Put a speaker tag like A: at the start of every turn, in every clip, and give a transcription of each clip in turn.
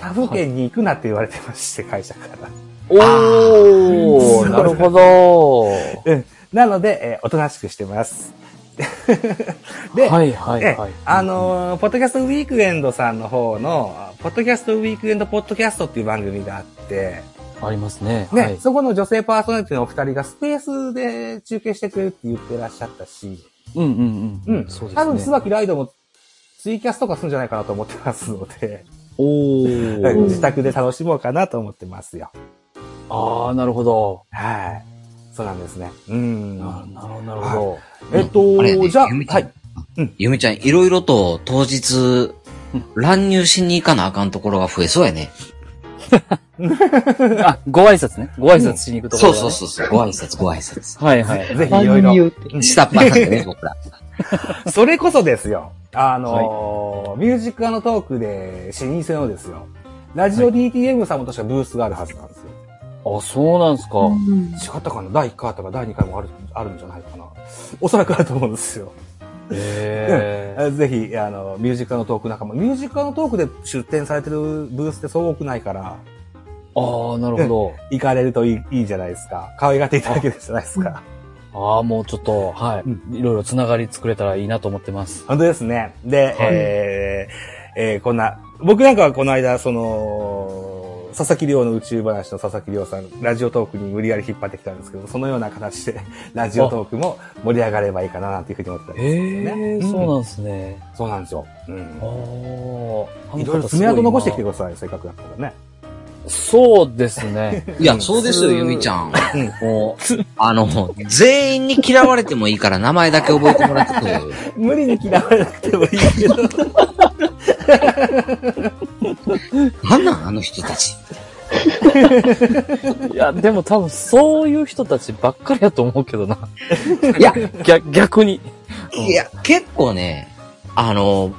A: 他府県に行くなって言われてまして、会社から。
B: お
A: あー
B: ー、なるほど。
A: うん。なので、えーおとなしくしてます。 で、
B: はいはい
A: え
B: はい。
A: あのーポッドキャストウィークエンドさんの方の、ポッドキャストウィークエンドポッドキャストっていう番組があって、
B: ありますね。
A: ね、
B: はい。
A: そこの女性パーソナリティのお二人がスペースで中継してくれるって言ってらっしゃったし、
B: うんうん
A: う
B: うんん。。そう
A: 多分、
B: ですね。
A: 椿ライドもツイキャスとかするんじゃないかなと思ってますので、
B: お
A: はい
B: ー。
A: 自宅で楽しもうかなと思ってますよ。
B: あー、なるほど。
A: はい。そうなんですね。うん。
B: ななるほど、なるほど。
A: えっと、
C: あれやね
A: じゃあ、
C: ゆみち
A: は
C: ゃん
A: い。
C: ゆみちゃん、いろいろと当日、乱入しに行かなあかんところが増えそうやね。
B: あ、ご挨拶ね。ご挨拶しに行くところ、
C: そう
B: ね
C: そうそうそう。ご挨拶、ご挨拶。
B: はいはい。
A: ぜひいろいろ。
C: 下っ端なんでね、 僕ら。
A: それこそですよ。あのーミュージックアのトークで、老舗のですよ。ラジオ DTM さんも確かブースがあるはずなんですよ。
B: あ、そうなんすか。
A: 違ったかな第1回とか第2回もあるあるんじゃないかな。おそらくあると思うんですよ。
B: へえ。
A: えぜひ、あの、ミュージックアのトーク仲間、ミュージックアのトークで出展されてるブースってそう多くないから、
B: あー、なるほ
A: 行かれるといいいいじゃないですか。可愛がっていただけるじゃないですか。
B: ど。あー、もうちょっと、は
A: う
B: い。いろいろつながり作れたらいいなと思ってます。
A: 本当ですね。で、えーえーこんな、僕なんかはこの間、その、佐々木亮の宇宙話の佐々木亮さん、ラジオトークに無理やり引っ張ってきたんですけど、そのような形で、ラジオトークも盛り上がればいいかな、なんていうふうに思ってたんですよね。
B: へえ、
A: ん
B: そうなんですね。
A: そうなんですよ。うん
B: あ。ーあの方すごい
A: いろいろ爪痕残してきてく
B: だ
A: ださい、せっかくだったらね。
B: さい。そうですね。
C: いや、そうですよ、ゆみちゃん。もう、あの、全員に嫌われてもいいから名前だけ覚えてもらってくれ よ。
A: 無理に嫌われなくてもいいけど。
C: なんなん、あの人たち。
B: いや、でも多分そういう人たちばっかりやと思うけどな。
C: いや、
B: 逆逆に。
C: いや、結構ね、あの、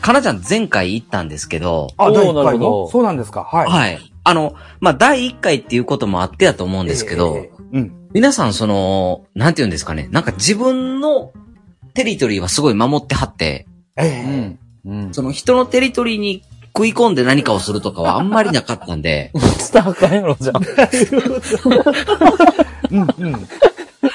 C: かなちゃん前回行ったんですけど、
B: おー
A: 第一
B: な
A: 回
B: るほ
A: の
B: ど
A: そうなんですか。はい。い。
C: はい。あの、まあ、第1回っていうこともあってやと思うんですけど、
A: うん。
C: 皆さんその、なんて言うんですかね、なんか自分のテリトリーはすごい守ってはって、
A: え
B: う
A: え
B: ん。うん。
C: その人のテリトリーに食い込んで何かをするとかはあんまりなかったんで、
B: スターかんやろ、じゃあ。
A: うん、うん。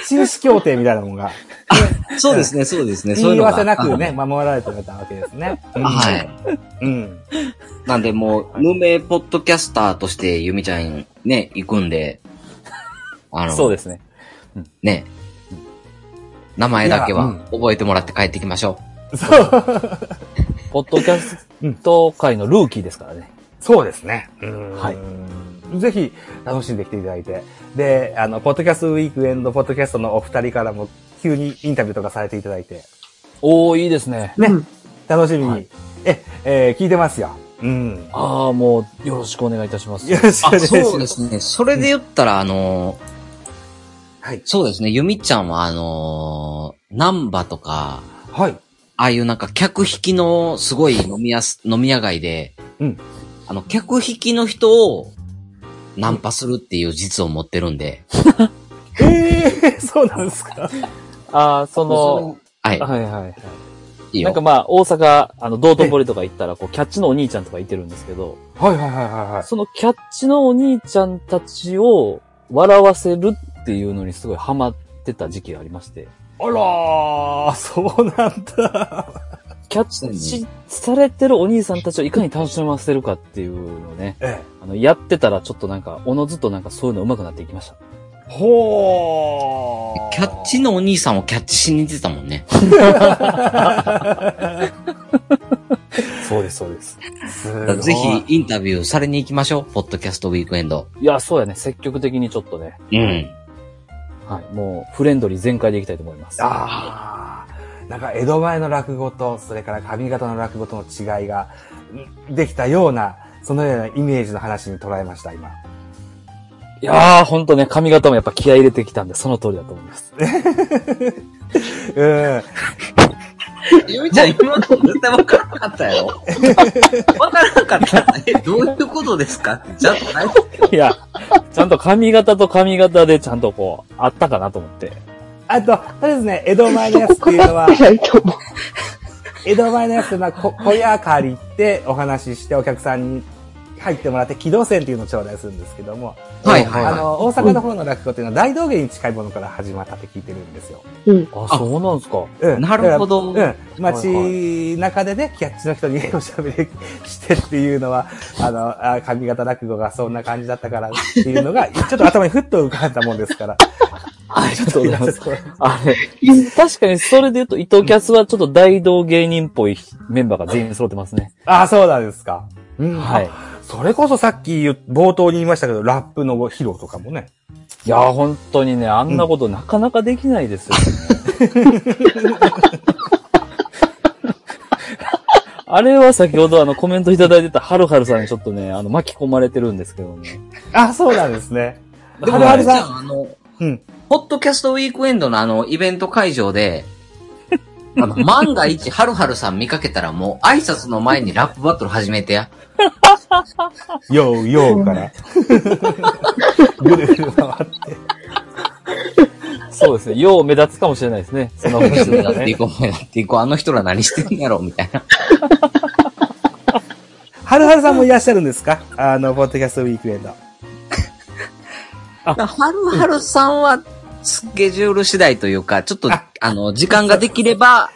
A: 紳士協定みたいなもんが、
C: そうですね、そうですね、そ
A: 言
C: ういう
A: い
C: のが。
A: 訳なくね、守られてたわけですね。。
C: あの。はいい。
A: うん。
C: なんでもう、無名ポッドキャスターとしてゆみちゃんね、行くんで、あの、
B: そうですね。
C: ね。名前だけは覚えてもらって帰ってきましょ
A: そう。
B: ポッドキャスト界のルーキーですからね。
A: そうですね。うん
B: は
A: ぜひ、楽しんできていただいて。で、あの、ポッドキャストウィークエンド、ポッドキャストのお二人からも、急にインタビューとかされていただいて、
B: おー、いいですね。
A: 楽しみに、
B: はい
A: え、えー聞いてますよ。うん。
B: ああ、もう、よろしくお願いいたします。
A: よろしくお
C: う。
A: 願いします。
C: そうですね。それで言ったら、あのー、
A: はい。
C: そうですね。ゆみちゃんは、あのー、ナンバとか、
A: はい。
C: ああいうなんか客引きのすごい飲みやす、飲み屋街で、
A: うん
C: あの、客引きの人をナンパするっていう実を持ってるんで。
A: ええー、そうなんですか。
B: ああ、その、
C: はい。
B: はいはいはい
C: い
B: い。
C: よ
B: なんかまあ、大阪、あの、道頓堀とか行ったら、こう、キャッチのお兄ちゃんとかいてるんですけど、
A: はいはいはいはいはい。
B: そのキャッチのお兄ちゃんたちを笑わせるっていうのにすごいハマってた時期がありまして、
A: あらー、そうなんだ。
B: キャッチされてるお兄さんたちをいかに楽しませるかっていうのをね、
A: え
B: あの、やってたらちょっとなんか、おのずとなんかそういうの上手くなっていきました。
A: え。ほー。
C: キャッチのお兄さんをキャッチしに行ってたもんね。
B: そうです、そうです。
A: すごい
C: だからぜひ、インタビューされに行きましょう。ポッドキャストウィークエンド。
B: いや、そうやね。積極的にちょっとね、
C: うん。
B: はい。もう、フレンドリー全開でいきたいと思います。
A: ああ。なんか、江戸前の落語と、それから上方の落語との違いが、んできたような、そのようなイメージの話に捉えました、今。
B: いやー、ほんとね、髪型もやっぱ気合い入れてきたんで、その通りだと思います。
A: うん。
C: ゆみちゃん、今の絶対分からなかったやろ 分からなかった。え、どういうことですかじゃない
B: いや、ちゃんと髪型と髪型でちゃんとこう、あったかなと思って。
A: あと、そうですね、江戸前のやつっていうのは、江戸前のやつっていうのは、こ小屋借りてお話ししてお客さん入ってもらって、機動線っていうのを頂戴するんですけども、
C: はいはいはい
A: あの、大阪の方の落語っていうのは大道芸に近いものから始まったって聞いてるんですよ。
D: うん。
B: あ、そうなんですか。
A: うん
C: なるほど
A: だからうん。街中でね、キャッチの人におしゃべりしてっていうのは、あの、あ上方落語がそんな感じだったからっていうのが、ちょっと頭にふっと浮かんだもんですから。
B: ありがとうございます。
A: す。
B: あれ、確かにそれで言うと、伊藤キャスはちょっと大道芸人っぽいメンバーが全員揃ってますね。
A: あ、そうなんですか。うん
B: はい。
A: それこそさっき言う冒頭に言いましたけど、ラップの披露とかもね。
B: いやー、本当にね、あんなことなかなかできないですよ、あれは先ほどあのコメントいただいてたはるはるさんにちょっとね、あの巻き込まれてるんですけどね。
A: あ、そうなんですね。
C: でも
A: はるはる
C: じゃ
A: さん。
C: あ、あの、
A: うん。
C: ポッドキャストウィークエンドのあの、イベント会 場で、あの、万が一、はるはるさん見かけたらもう、挨拶の前にラップバトル始めてや。
A: よう、ようから。ぐるぐる回って。
B: そうですね。よう目立つかもしれないですね。そんなこと して
C: や
B: た
C: っ
B: ら
C: て い
B: ね。
C: こう、やっていこう。あの人ら何してんやろ、みたいな。
A: はるはるさんもいらっしゃるんですかあの、ポッドキャストウィークエンド。
C: はるはるさんは、スケジュール次第というか、ちょっと、
A: あ
C: あの、時間ができれば、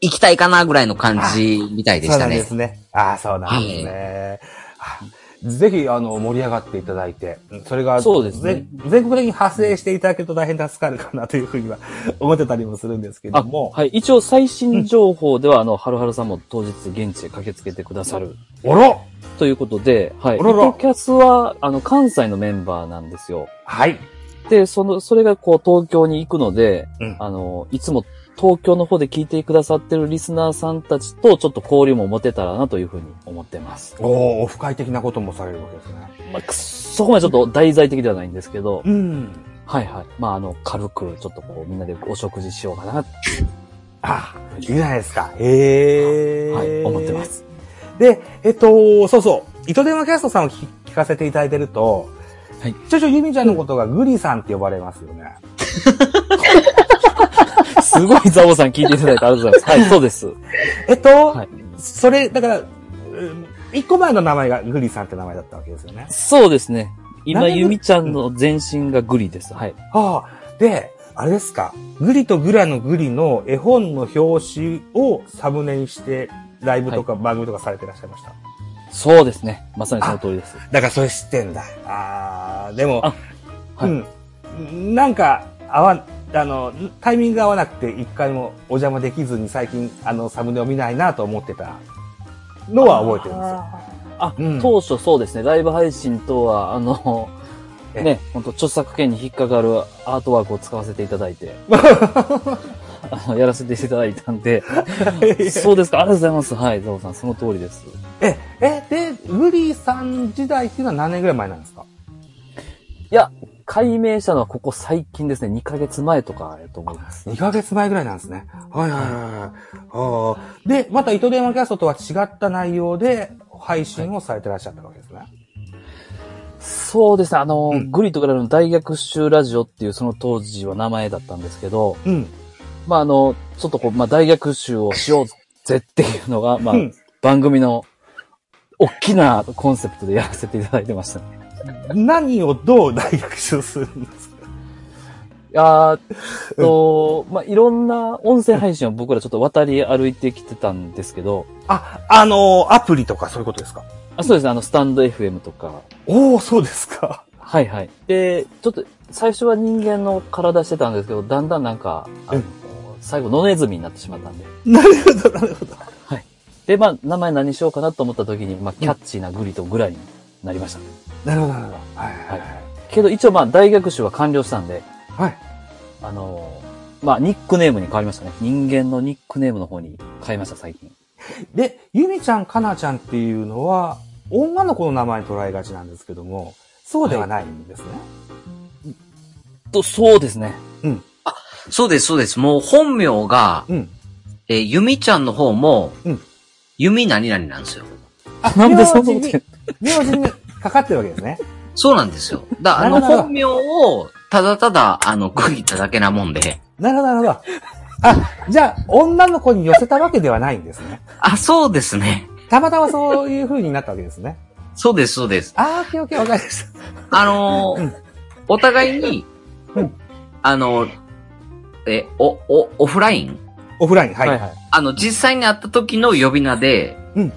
C: 行きたいかな、ぐらいの感じみたいで
A: そう
C: し
A: な
C: た
A: んで
C: ね。
A: すね。ああ、そうなんですね。あぜひ、あの、盛り上がっていただいて、それが、
B: そうですね
A: ぜ全国的に発生していただけると大変助かるかなというふうには思ってたりもするんですけど
B: あ、
A: も。
B: はい。一応最新情報では、あの、はるはるさんも当日現地へ駆けつけてくださる
A: おろ
B: ということで、はい。
A: あらら
B: ポッドキャスは、あの、関西のメンバーなんですよ。
A: はい。
B: で、その、それがこう東京に行くので、
A: うん
B: あの、いつも東京の方で聞いてくださってるリスナーさんたちとちょっと交流も持てたらなというふうに思ってます。
A: おおオフ会的なこともされるわけですね。
B: まあ、くっそこまでちょっと題材的ではないんですけど、
A: うん。
B: はいはい。まあ、あの、軽くちょっとこうみんなでお食事しようかなって、
A: あ、いいじゃないですか。へえ。
B: はい、思ってま。す。
A: で、えっと、そうそう。糸電話キャストさんを聞聞かせていただいてると、
B: はい
A: ちょちょゆみちゃんのことがグリさんって呼ばれますよね。
B: すごいザボさん聞いていただいてありがとうございます。はい、そうです。
A: えっと、
B: はい。
A: それ、だから、うん一個前の名前がグリさんって名前だったわけですよね。
B: そうですね。今、
A: なんで
B: ゆみちゃんの全身がグリです。はい。
A: ああ、で、あれですか。グリとグラのグリの絵本の表紙をサムネにして、ライブとか番組とかされてらっしゃいました。
B: そうですね。まさにその通りです。
A: だからそれ知ってんだ。ああ、でも、
B: あはい
A: うん。なんか、合わ、あの、タイミングが合わなくて一回もお邪魔できずに最近、あの、サムネを見ないなと思ってたのは覚えてるんですよ。
B: あ、
A: うん
B: 当初そうですね、ライブ配信等は、あの、
A: え
B: ね、本当著作権に引っかかるアートワークを使わせていただい て、あのやらせていただいたんで、そうですか、ありがとうございます。はい、ザボさん、その通りです。
A: え、え、で、グリさん時代っていうのは何年ぐらい前なんですか
B: いや、解明したのはここ最近ですね、2ヶ月前とかやと思います。
A: ?2 ヶ月前ぐらいなんですね。はいはいはいはいあー。で、また糸電話キャストとは違った内容で配信をされてらっしゃったわけですね。
B: そうですね、あの、
A: うん
B: グリとグラの大逆襲ラジオっていうその当時は名前だったんですけど、
A: うん。
B: まあ、あの、ちょっとこう、まあ、大逆襲をしようぜっていうのが、まあ
A: うん、
B: 番組の、大きなコンセプトでやらせていただいてましたね。
A: 何をどう大学習するんですか
B: いやーえっと、まあ、いろんな音声配信を僕らちょっと渡り歩いてきてたんですけど、
A: あ、あのーアプリとかそういうことですか
B: あそうですね、あの、スタンド FM とか、
A: おおそうですか。
B: はいはい。で、ちょっと、最初は人間の体してたんですけど、だんだんなんか、あ
A: う
B: の
A: ん、
B: 最後、野ネズミになってしまったんで。
A: なるほど、なるほど。
B: で、まあ、名前何しようかなと思った時に、まあ、キャッチーなグリとグラになりました。
A: なるほど、なるほど。はいはいはい。
B: けど一応まあ大学習は完了したんで、
A: はい。
B: あのーまあニックネームに変わりましたね。人間のニックネームの方に変えました、最近。
A: で、ゆみちゃん、かなちゃんっていうのは、女の子の名前捉えがちなんですけども、そうではないんですね。
B: と、そうですね。
C: そうです、そうです。もう本名が、
A: うん。
C: えー、ゆみちゃんの方も、
A: うん
C: ゆみ何々なんですよ。
A: あ
B: なんでそんな
A: 名
B: こと
A: 字に、名字にかかってるわけですね。
C: そうなんですよ。だあ
A: な
C: の
A: るほど
C: 本名を、ただただ、あの、区切っただけなもんで。
A: なるほど、なるほど。あ、じゃあ、女の子に寄せたわけではないんですね。
C: あ、そうですね。
A: たまたまそういう風になったわけですね。
C: そうです、そうです。
A: あー、オッケーオッケー、わかりまし
C: あのーお互いに、あのえ、お、お、オフライン
A: た。オフライン、はい。
B: はい。
C: あの、実際に会った時の呼び名で、
A: うん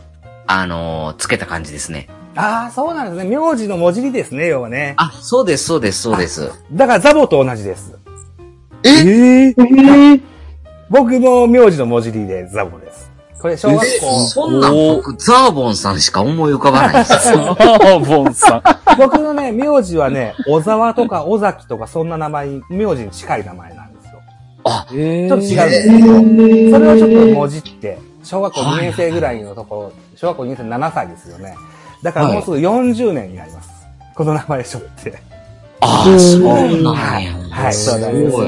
C: あのーつけた感じですね。
A: ああ、そうなんですね。名字の文字にですね、要はね。
C: あ、そうです、そうです、そうです。
A: だからザボと同じです。
B: ええー、
A: 僕も名字の文字入りでザボです。これ、小学
C: え
A: 校、
C: そんなん僕、ザーボンさんしか思い浮かばない です。
B: ザーボンさん。
A: 僕のね、名字はね、小沢とか尾崎とかそんな名前、名字に近い名前なんですよ。
B: ええ
A: ちょっと違うんですけど、それをちょっともじって、小学校2年生ぐらいのところ、小学校2年生7歳ですよね。だからもうすぐ40年になります。この名前でしょって。
C: ああ、そうなんや。
A: はい
C: すごい。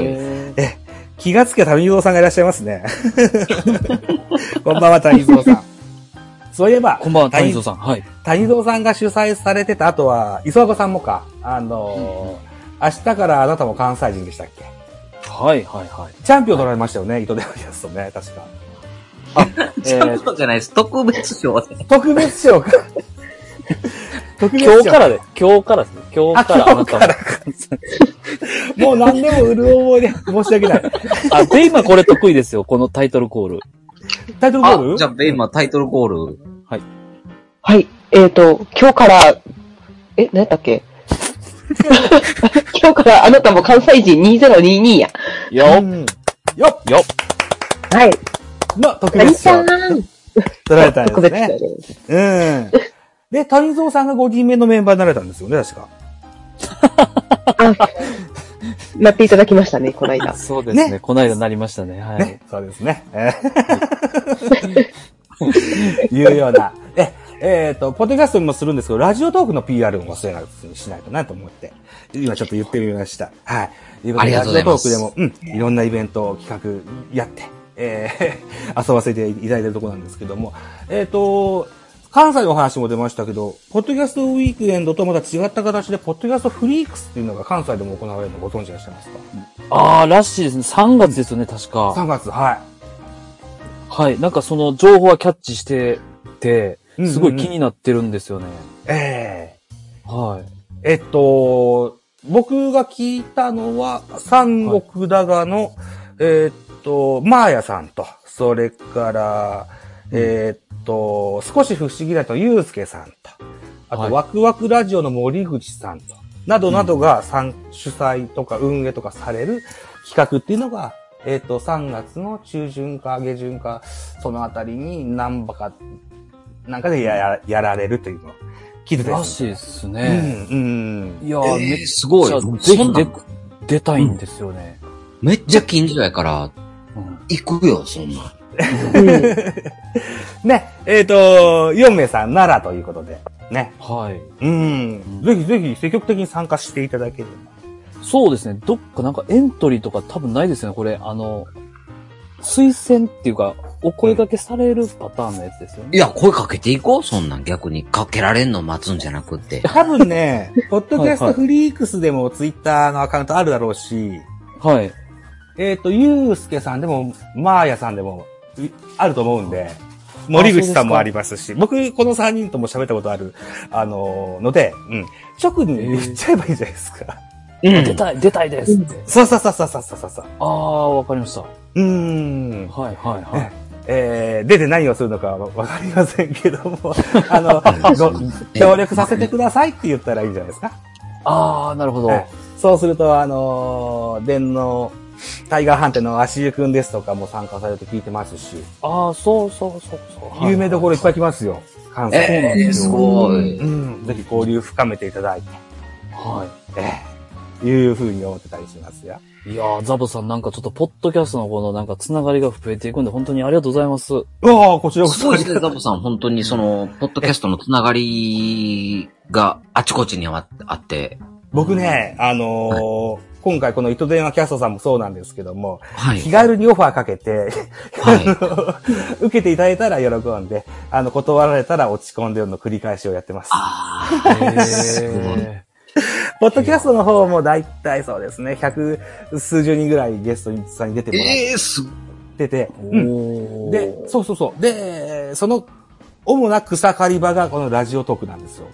A: え、気がつけば谷蔵さんがいらっしゃいます ね。こんばんは、谷蔵さん。そういえば、
B: こんばんは、谷蔵さん。はい。
A: 谷蔵さんが主催されてた、あとは、磯和子さんもか。あのー明日からあなたも関西人でしたっけ
B: はい、はい、 はい。
A: チャンピオン取られましたよね、糸電話キャストね、確か。
B: え
C: そういう
B: ー
C: ことじゃないです。特別賞で。
A: 特別賞 か。特別賞
B: 今日からで、今日からですね。今日からあなたも。
A: もう何でもうる覚えで、申し訳ない。
B: あ、で、今これ得意ですよ。このタイトルコール。
A: タイトルコー
C: あ
A: ル、
C: じゃあ、ベイマタイトルコール。
D: はい。えっ、と、今日から、え、何やったっけ今日からあなたも関西人2022や。
B: よ
A: う
B: っ、
A: んよっ
B: よっ。
D: はい。
A: の特
D: 何
A: 別
D: さ
A: 賞
D: ん
A: 取られたん
D: 特
A: です
D: 別賞
A: ね。
D: です。
A: うん。で、谷蔵さんが5人目のメンバーになられたんですよね、確か。
D: なっていただきましたね、この 間。
B: そうですね。
A: ね
B: この間なりましたね。はい。
A: ね、そうですね。えー いうような。え、えっ、と、ポッドキャストにもするんですけど、ラジオトークの PR も忘れないようにしないとなと思って、今ちょっと言ってみました。はい。ということ
C: あり
A: で、
C: が
A: ラ
C: と
A: ジ
C: う
A: オ
C: ござい
A: ト
C: ま
A: ーク
C: す
A: でも、うん、いろんなイベントを企画やって、えー 遊ばせていただいてるところなんですけども、えっ、と、関西のお話も出ましたけど、ポッドキャストウィークエンドとまた違った形で、ポッドキャストフリークスっていうのが関西でも行われるのご存知いらっしゃいますか
B: ああ、らしいですね。3月ですよね、確か。
A: ?3 月、はい。
B: はい。なんかその情報はキャッチしてて、
A: うんうんうん
B: すごい気になってるんですよね。
A: えー、
B: はい。
A: えっと、僕が聞いたのは、三国だがの、えっと、マーヤさんと、それから、えっと、少し不思議だと、ゆうすけさんと、あと、
B: はい
A: ワクワクラジオの森口さんと、などなどが参、主催とか運営とかされる企画っていうのが、えっと、3月の中旬か下旬か、そのあたりに何ばか、なんかでやややられるというのを聞いてたん
B: ら
A: です
B: しいです
A: う
B: ね。
A: ん、うん。
B: いやー、めっち
C: すご
B: ゃ、ぜ
C: そ
B: ひ
C: んな
B: 出
C: ん、
B: 出たいんですよね。
C: めっちゃ近所やから、
B: うん
C: 行くよ、そんなん。
D: うん
A: ね、えっ、と、4名さんならということで、ね。
B: はい。
A: うん。
B: ん
A: ぜひぜひ積極的に参加していただければ。
B: そうですね。どっかなんかエントリーとか多分ないですよね。これ、あの、推薦っていうか、お声掛けされるパターンのやつですよね。
C: いや、声かけていこう、そんなん。逆に、かけられんの待つんじゃなくて。
A: 多分 ね、ポッドキャス
B: はいは
A: ト
B: い
A: フリークスでもツイッターのアカウントあるだろうし、
B: はい。
A: えっ、と、ゆうすけさんでも、まーやさんでも、いあると思うんで、森口さんもありますし、僕、この3人とも喋ったことある、あのーので、うん。直に言っちゃえばいいじゃないですか。
C: う
B: 出。たい、出たいですって。
A: そうそうそうそうそうそうそう。
B: ああ、わかりました。
A: うーん。
B: はい、はい、はい。
A: えー、出て何をするのかわわかりませんけど も、あの、ご協力させてくださいって言ったらいいんじゃないですか。
B: ああ、なるほど。
A: はいそうすると、あのー、電脳、タイガーハンテの足湯くんですとかも参加されて聞いてますし、
B: ああ、そうそうそうそう。
A: 有名どころいっぱ
B: い。
A: い来ますよ。関西。
C: えー、すごい。
A: うん。ぜひ交流深めていただいて、
B: は
A: えー、いうふうに思ってたりしますよ。
B: い。いやー、ザボさんなんかちょっと、ポッドキャストのこのなんか、つながりが増えていくんで、本当にありがとうございます。
A: うわあ、こちらこ
C: す
A: そ
C: ごいですね、ザボさん。本当にその、ポッドキャストのつながりがあちこちにああって。
A: 僕ね、あのー今回この糸電話キャストさんもそうなんですけども、
C: はい。
A: 気軽にオファーかけて、
C: はい
A: あの 受けていただいたら喜んで、あの、断られたら落ち込んでるの繰り返しをやってます。
C: あ
B: へ
C: あ。ごい
B: ー
A: ポッドキャストの方も大体そうですね、百数十人ぐらいゲストにさんに出てもら
C: ええー、す
A: ってて、うん
B: おー
A: で、そうそうそう。で、その主な草刈り場がこのラジオトークなんですよ。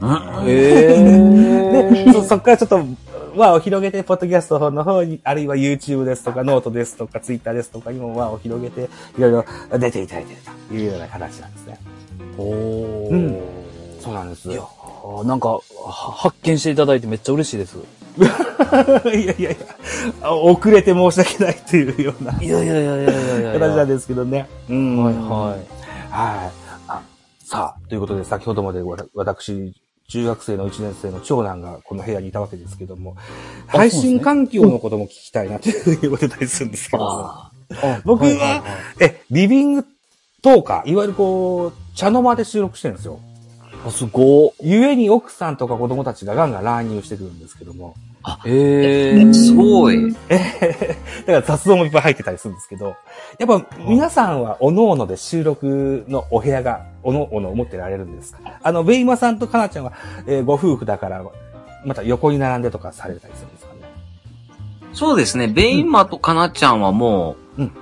C: うん
B: え
A: で、そ、そっからちょっと、輪を広げて、ポッドキャストの方に、あるいは YouTube ですとか、ノートですとか、Twitter ですとかにも輪を広げて、いろいろ出ていただいてるというような形なんですね。
B: おー。
A: うんそうなんです。
B: い
A: い
B: や
A: や、
B: ーなんか、は発見していただいてめっちゃ嬉しいです。
A: いやいやあ遅れて申し訳ないというようない
B: やいやいやいやいやいや
A: 形なんですけどね。うん。
B: はいはい。
A: い。はい。あさあ、ということで、先ほどまでわた私、中学生の1年生の長男がこの部屋にいたわけですけども、
B: あ
A: 配信環境のことも聞きたいなというふうに言われたりするんですけども。
B: あ
A: 僕はい
B: いい
A: え、リビングトーカー、いわゆるこう、茶の間で収録してるんですよ。
B: あ、すご
A: ゆえに奥さんとか子供たちがガンガン乱入してくるんですけども。
B: ー。えー。
C: すごい。
A: だから雑音もいっぱい入ってたりするんですけど、やっぱ皆さんは各々で収録のお部屋が、各々持ってられるんですかあの、ベイマさんとカナちゃんは、えーご夫婦だから、また横に並んでとかされたりするんですかね。
C: そうですね。ベインマとカナちゃんはもう、
A: うん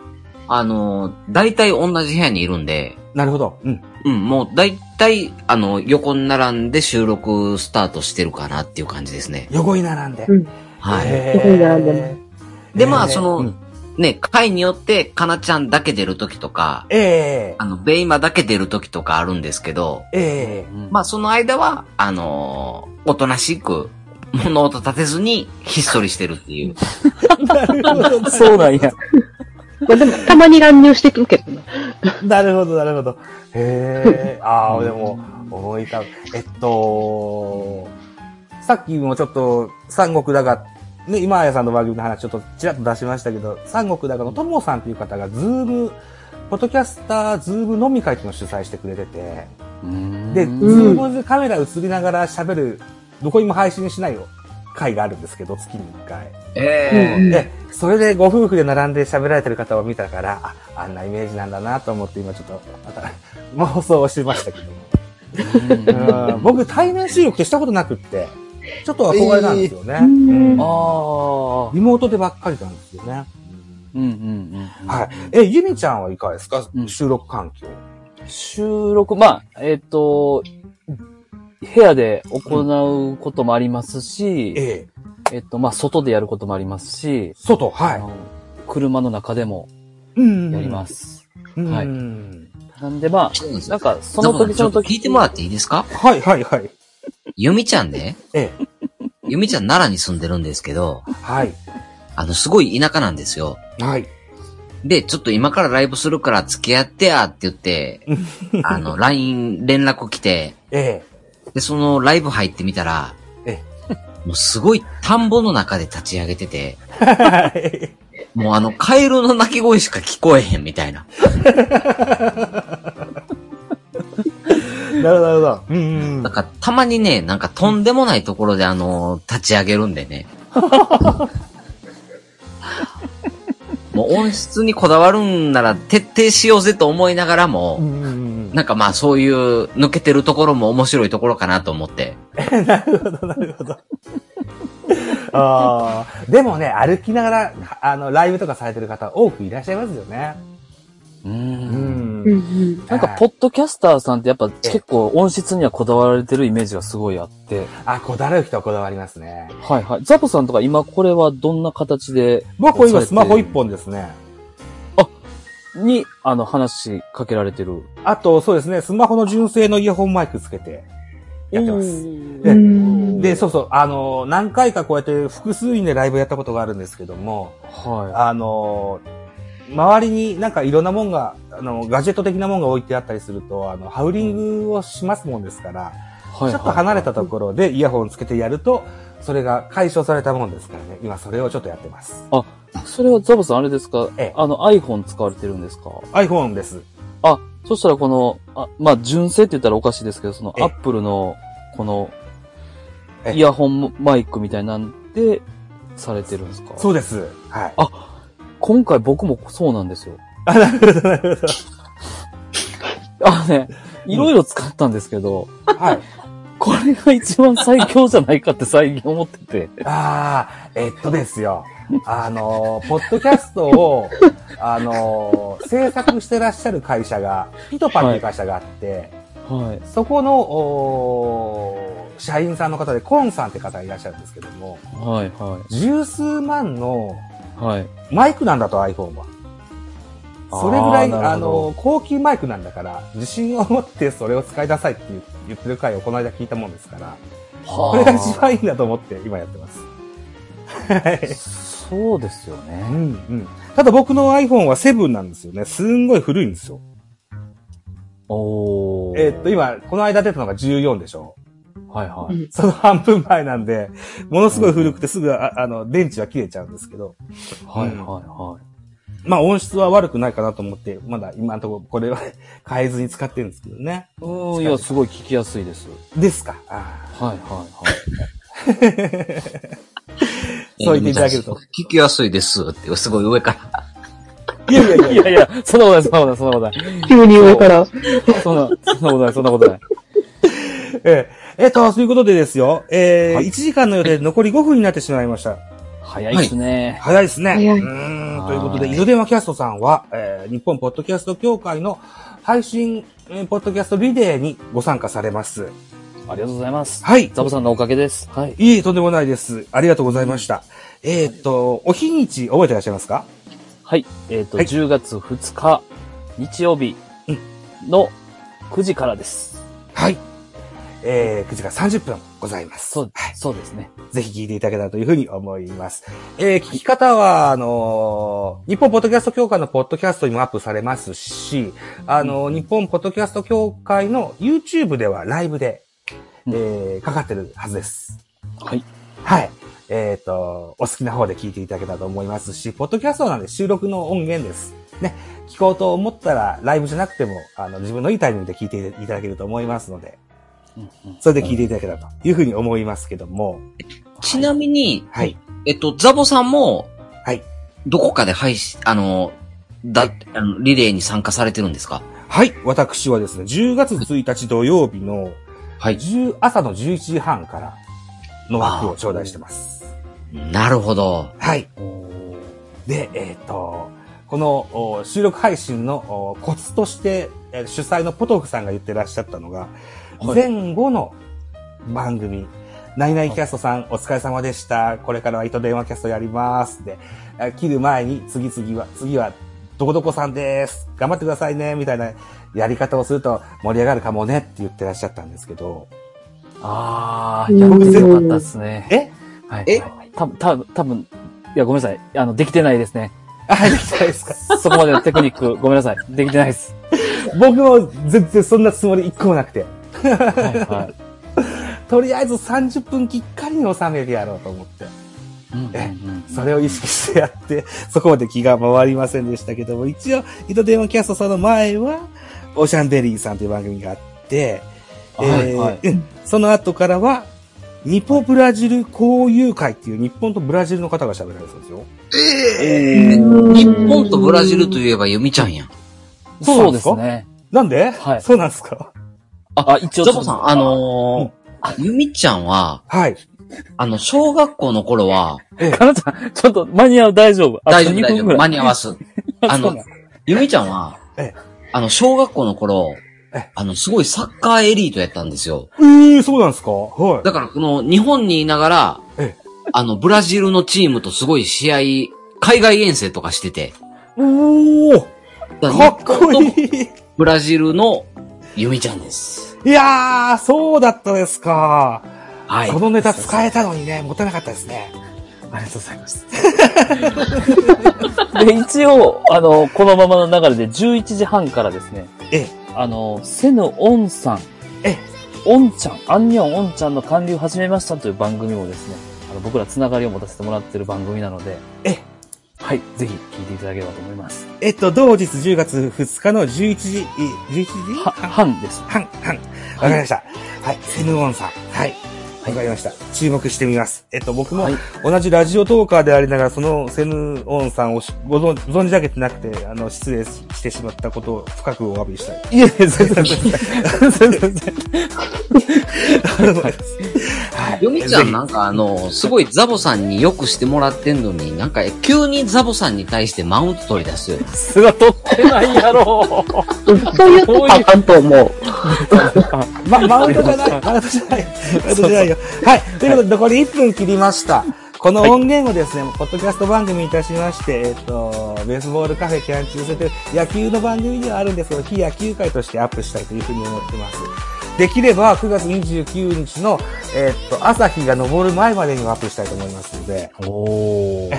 C: あの、大体同じ部屋にいるんで、
A: なるほど。うん。
C: うん、もう大体、あの、横に並んで収録スタートしてるかなっていう感じですね。
A: 横に並んで。
D: うん
C: はい。
A: へー
D: 横に並んでま
C: でまあその
A: うん
C: ね、回によって、カナちゃんだけ出るときとか、
A: ええ
C: あの、ベインマだけ出るときとかあるんですけど、
A: え え
C: まあその間は、あのーおとなしく、物音立てずに、ひっそりしてるっていう。
A: なるほど。
B: そうなんや。
D: まあでも、たまに乱入してくるけど な。
A: なるほど、なるほど。へえ、ああ、でも、思い浮かぶ。えっと、さっきもちょっと、三国だが、ね、今あやさんの番組の話、ちょっとちらっと出しましたけど、三国だがのともさんという方が、ズーム、ポッドキャスターズーム飲み会っていうのを主催してくれてて、で、ズ
B: で、
A: ームでカメラ映りながら喋る、どこにも配信しないよ。回があるんですけど、月に1回。
C: え
D: うん
A: で、それでご夫婦で並んで喋られてる方を見たから、あ、あんなイメージなんだなと思って今ちょっと、また、妄想をしましたけ ども。うん僕、対面収録ってしたことなくって、ちょっと憧れなんですよね。うん
B: ああ。
A: リモートでばっかりなんですよね。
B: うんうんうん。
A: はい。え、ゆみちゃんはいかがですか、
B: うん
A: 収録環境。
B: 収録、まあ、えっ、と、部屋で行うこともありますし、えっ、
A: ええ
B: と、まあ、外でやることもありますし、
A: 外、は
B: あ
A: い。
B: の車の中でも
A: うん。
B: やりますす。
A: うん
B: はいなんで、ま
C: そうなんです
B: あ、なんか、そ
C: ちょ
B: の
C: っと
B: 時
C: ち
B: そ
C: ょ
B: の
C: っと
B: 時。
C: 聞いてもらっていいですか
A: はい、はい、はい。
C: ゆみちゃんね、
A: ええ
C: ゆみちゃん奈良に住んでるんですけど、
A: はい。
C: あの、すごい田舎なんですよ。
A: はい。
C: で、ちょっと今からライブするから付き合ってやって言って、あの、LINE 連絡来て、
A: え
C: で、そのライブ入ってみたら、
A: え
C: もうすごい田んぼの中で立ち上げてて、
A: えはい。
C: もうあの、カエルの鳴き声しか聞こえへんみたいな。
A: なるほど、なるほど。うん
C: なんか、たまにね、なんかとんでもないところであの、立ち上げるん でね。もう音質にこだわるんなら徹底しようぜと思いながら
A: う
C: も、
A: ん。うん。
C: なんかまあそういう抜けてるところも面白いところかなと思って。
A: ああ、でもね、歩きながら、あの、ライブとかされてる方多くいらっしゃいますよね。
B: う。
A: うんん。
B: なんか、ポッドキャスターさんってやっぱ結構音質にはこだわられてるイメージがすごいあって。
A: あ、こだわる人はこだわりますね。
B: はいはい。ザボさんとか今これはどんな形で、
A: 僕は今スマホ一本ですね。
B: に、あの、話しかけられてる。
A: あと、そうですね、スマホの純正のイヤホンマイクつけて、やってます。
D: う
A: で
D: ん
A: で、そうそう、あの、何回かこうやって複数人でライブやったことがあるんですけども、
B: は
A: あの、周りになんかいろんなもんが、あの、ガジェット的なもんが置いてあったりすると、あの、ハウリングをしますもんですから、
B: い。はい。
A: ちょっと離れ
B: た。
A: たところでイヤホンつけてやると、それが解消されたものですからね。今それをちょっとやってます。
B: それはザボさんあれですか
A: ええ
B: あの iPhone 使われてるんですか
A: iPhone です。
B: あ、そしたらこの、あまあ、純正って言ったらおかしいですけど、その
A: ええ
B: Apple の、この、
A: ええ
B: イヤホンマイクみたいなんで、されてるんですか
A: そうです。はい。
B: 今回僕もそうなんですよ。
A: あ、なるほど、なるほ
B: あのね、いろいろ使ったんですけど、
A: ど。はい。
B: これが一番最強じゃないかって最近思ってて。
A: あー、えっとですよ。あの、ポッドキャストを、あの、制作してらっしゃる会社が、ピトパンっていう会社があって、
B: はい。
A: そこの、おー社員さんの方で、コンさんって方がいらっしゃるんですけども、
B: はい、は
A: 十数万の
B: い。はい。
A: マイクなんだと iPhone は。それぐらい、
B: あー
A: あ
B: なるほど
A: の、高級マイクなんだから、自信を持ってそれを使いなさいって言う言ってる回をこの間聞いたもんですから、
B: こ
A: これが一番いいんだと思って今やってます。はい。
B: そうですよ
A: うん
B: ね。
A: うん。ただ僕の iPhone は7なんですよね。すんごい古いんですよ。
B: おー。
A: えーっと、、今、この間出たのが14でしょ
B: はいは
D: う
B: い。
D: ん
A: その半分前なんで、ものすごい古くてすぐ、ああの、電池は切れちゃうんですけど、
B: はいはいは
A: まあ音質は悪くないかなと思って、まだ今のところこれは 変えずに使ってるんですけどね。
B: い。うん、いや、すごい聞きやすいです。
A: ですか。あ
B: はいはいはい。
A: ーそう言っていただけると。。
C: 聞きやすいですって、すごい上から。
A: いやいやいや
B: いやいや、そんなことない、そんなことない、そんなことない。
D: 急に上から。
B: そんな、そんなことない、そんなことない。
A: えええっと、そういうことでですよ。えー
B: はい
A: 1時間の予定で残り5分になってしまいました。
B: 早いっすね。
A: 早いですね。
D: 早いう
A: ーん。
B: はい
A: ということで、井戸電話キャストさんは、えー日本ポッドキャスト協会の配信、えーポッドキャストリレーにご参加されます。
B: ありがとうございます。
A: はい。
B: ザボさんのおかげです。はい。
A: いえ、とんでもないです。ありがとうございました。えーっと、お日にち覚えてらっしゃいますか
B: はい。えっ、と、
A: はい
B: 10月2日、日曜日の9時からです。
A: はい。えー、9時から30分ございます。
B: そう
A: はい、
B: そうですね。
A: ぜひ聞いていただけたらというふうに思います。えー、聞き方は、あのー日本ポッドキャスト協会のポッドキャストにもアップされますし、あのー日本ポッドキャスト協会の YouTube ではライブで、えー、かかってるはずです。
B: はい。
A: はい。えっ、と、お好きな方で聞いていただけたらと思いますし、ポッドキャストなんで収録の音源です。ね。聞こうと思ったら、ライブじゃなくても、あの、自分のいいタイミングで聞いていただけると思いますので、
B: うんうん
A: それで聞いていただけたらというふうに思いますけども、
C: ちなみに、
A: はい。
C: えっと、ザボさんも、
A: はい。
C: どこかで配信、あの、だ、あの、リレーに参加されてるんですか
A: はい。私はですね、10月1日土曜日の
C: はい。
A: 10朝の11時半からの枠を頂戴してます。
C: なるほど。
A: はい。
B: おー
A: で、えっ、と、このお収録配信のおコツとして、えー主催のポトフさんが言ってらっしゃったのが、
B: はい
A: 前後の番組、ナイナイキャストさん、お疲れ様でした。これからは糸電話キャストやります。で、あ切る前に次々は、次は、どこどこさんです。頑張ってくださいね。みたいなやり方をすると盛り上がるかもねって言ってらっしゃったんですけど。
B: あー、いや、僕強かったですね。
A: え
B: はい。
C: え
B: たぶん、たぶん、たぶん、いや、ごめんなさい。あの、できてないですね。
A: あ、できたですか。
B: そこまでのテクニック、ごめんなさい。できてないです。
A: 僕も全然そんなつもり一個もなくて。
B: はい、はい。
A: とりあえず30分きっかりに収めてやろうと思って。
B: うんうんうん
A: それを意識してやって、そこまで気が回りませんでしたけども、一応、糸電話キャストさんの前は、オーシャンデリーさんという番組があって、
B: はいはい
A: えーうんその後からは、ニポブラジル交友会っていう日本とブラジルの方が喋られてたんですよ。
C: え
D: うん
C: 日本とブラジルといえばユミちゃんやん。
B: そうですね。
A: なんで
B: はい
A: そうなんですか
B: あ、一応
C: ザボさん、あのー、ユミちゃんは、
A: はい。
C: あの、小学校の頃は、
B: かなちゃん、ちょっと間に合う、大丈夫。あと
C: 大丈夫
B: 2
C: 大丈
B: 分ぐ
C: 夫、
B: ら
C: 間
B: い。
C: に合わす。あ
B: そう
C: の
B: なん、
C: ユミちゃんは
A: ええ、
C: あの、小学校の頃
A: ええ、
C: あの、すごいサッカーエリートやったんですよ。
A: えー、そうなんですかは
C: だから、この、日本にいながら
A: ええ、
C: あの、ブラジルのチームとすごい試合、海外遠征とかしてて、
A: い。おー
C: だ
A: からっこいい
C: ブラジルのユミちゃんです。
A: いやー、そうだったですか。
C: はい。
A: このネタ使えたのにね、持たなかったですね。
B: ありがとうございます。で、一応、あの、このままの流れで11時半からですね、
A: ええ、
B: あの、セヌオンさん、
A: え、
B: オンちゃん、アンニョンオンちゃんの韓流始めましたという番組もですね、あの、僕らつながりを持たせてもらってる番組なので、
A: え、
B: はい、ぜひ聞いていただければと思います。
A: えっと、同日10月2日の11時、い11時
B: は、半です。
A: 半、半。わかりました。はい。セムオンさん。はい。わかりました。注目してみます。えっと、僕も
B: はい
A: 同じラジオトーカーでありながら、そのセムオンさんをしご存ご存じ上げてなくて、あの、失礼してしまったことを深くお詫びしたい。
B: いえいえ、全然、全然、全然。
A: はい。
C: よみちゃんなんかあの、すごいザボさんによくしてもらってんのに、なんか急にザボさんに対してマウント取り出すよ。
B: すが取ってないやろ。
D: そういうとこあかんと思う。
A: ま、マウントじゃない、マウントじゃない、マウントじゃないよ。はい。ということで、残り1分切りました。この音源をですね、ポッドキャスト番組にいたしまして、えっと、ベースボールカフェキャン中せて、野球の番組ではあるんですけど、非野球界としてアップしたいというふうに思ってます。できれば、9月29日の、えっと、朝日が昇る前までにはアップしたいと思いますので、
B: おー。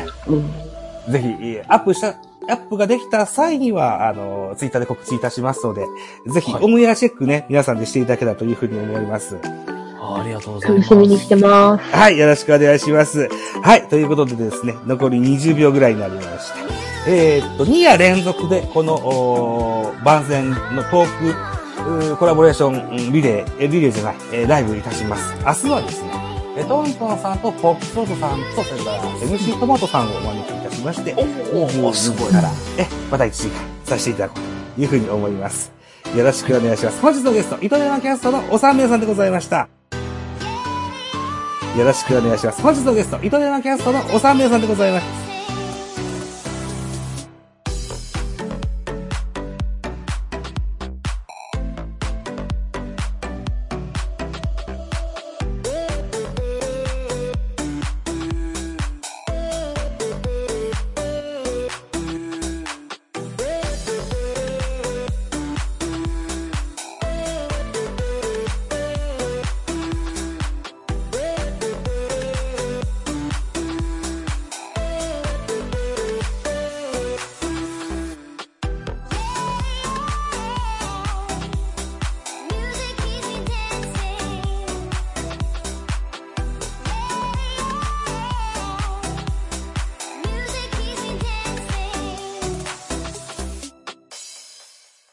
A: ぜひ、えーアップした、アップができた際には、あの、ツイッターで告知いたしますので、ぜひ、
B: はい
A: オンエアチェックね、皆さんでしていただけたらというふうに思います。
B: ありがとうござい
D: 楽
B: ます。
D: しみにしてます。
A: はい、よろしくお願いします。はい、ということでですね、残り20秒ぐらいになりました。えーっと、2夜連続で、この、おー番宣のトーク、うーコラボレーションうんリレー、えリレーじゃない、えーライブいたします。明日はですね、えトントンさんとポップソートさんと、それから MC トマトさんをお招きいたしまして、おお、すごいなら、え、また1時間させていただこうというふうに思います。よろしくお願いします。本日のゲスト、糸山キャストのお三名さんでございました。よろしくお願いします。本日のゲスト、糸山キャストのお三名さんでございます。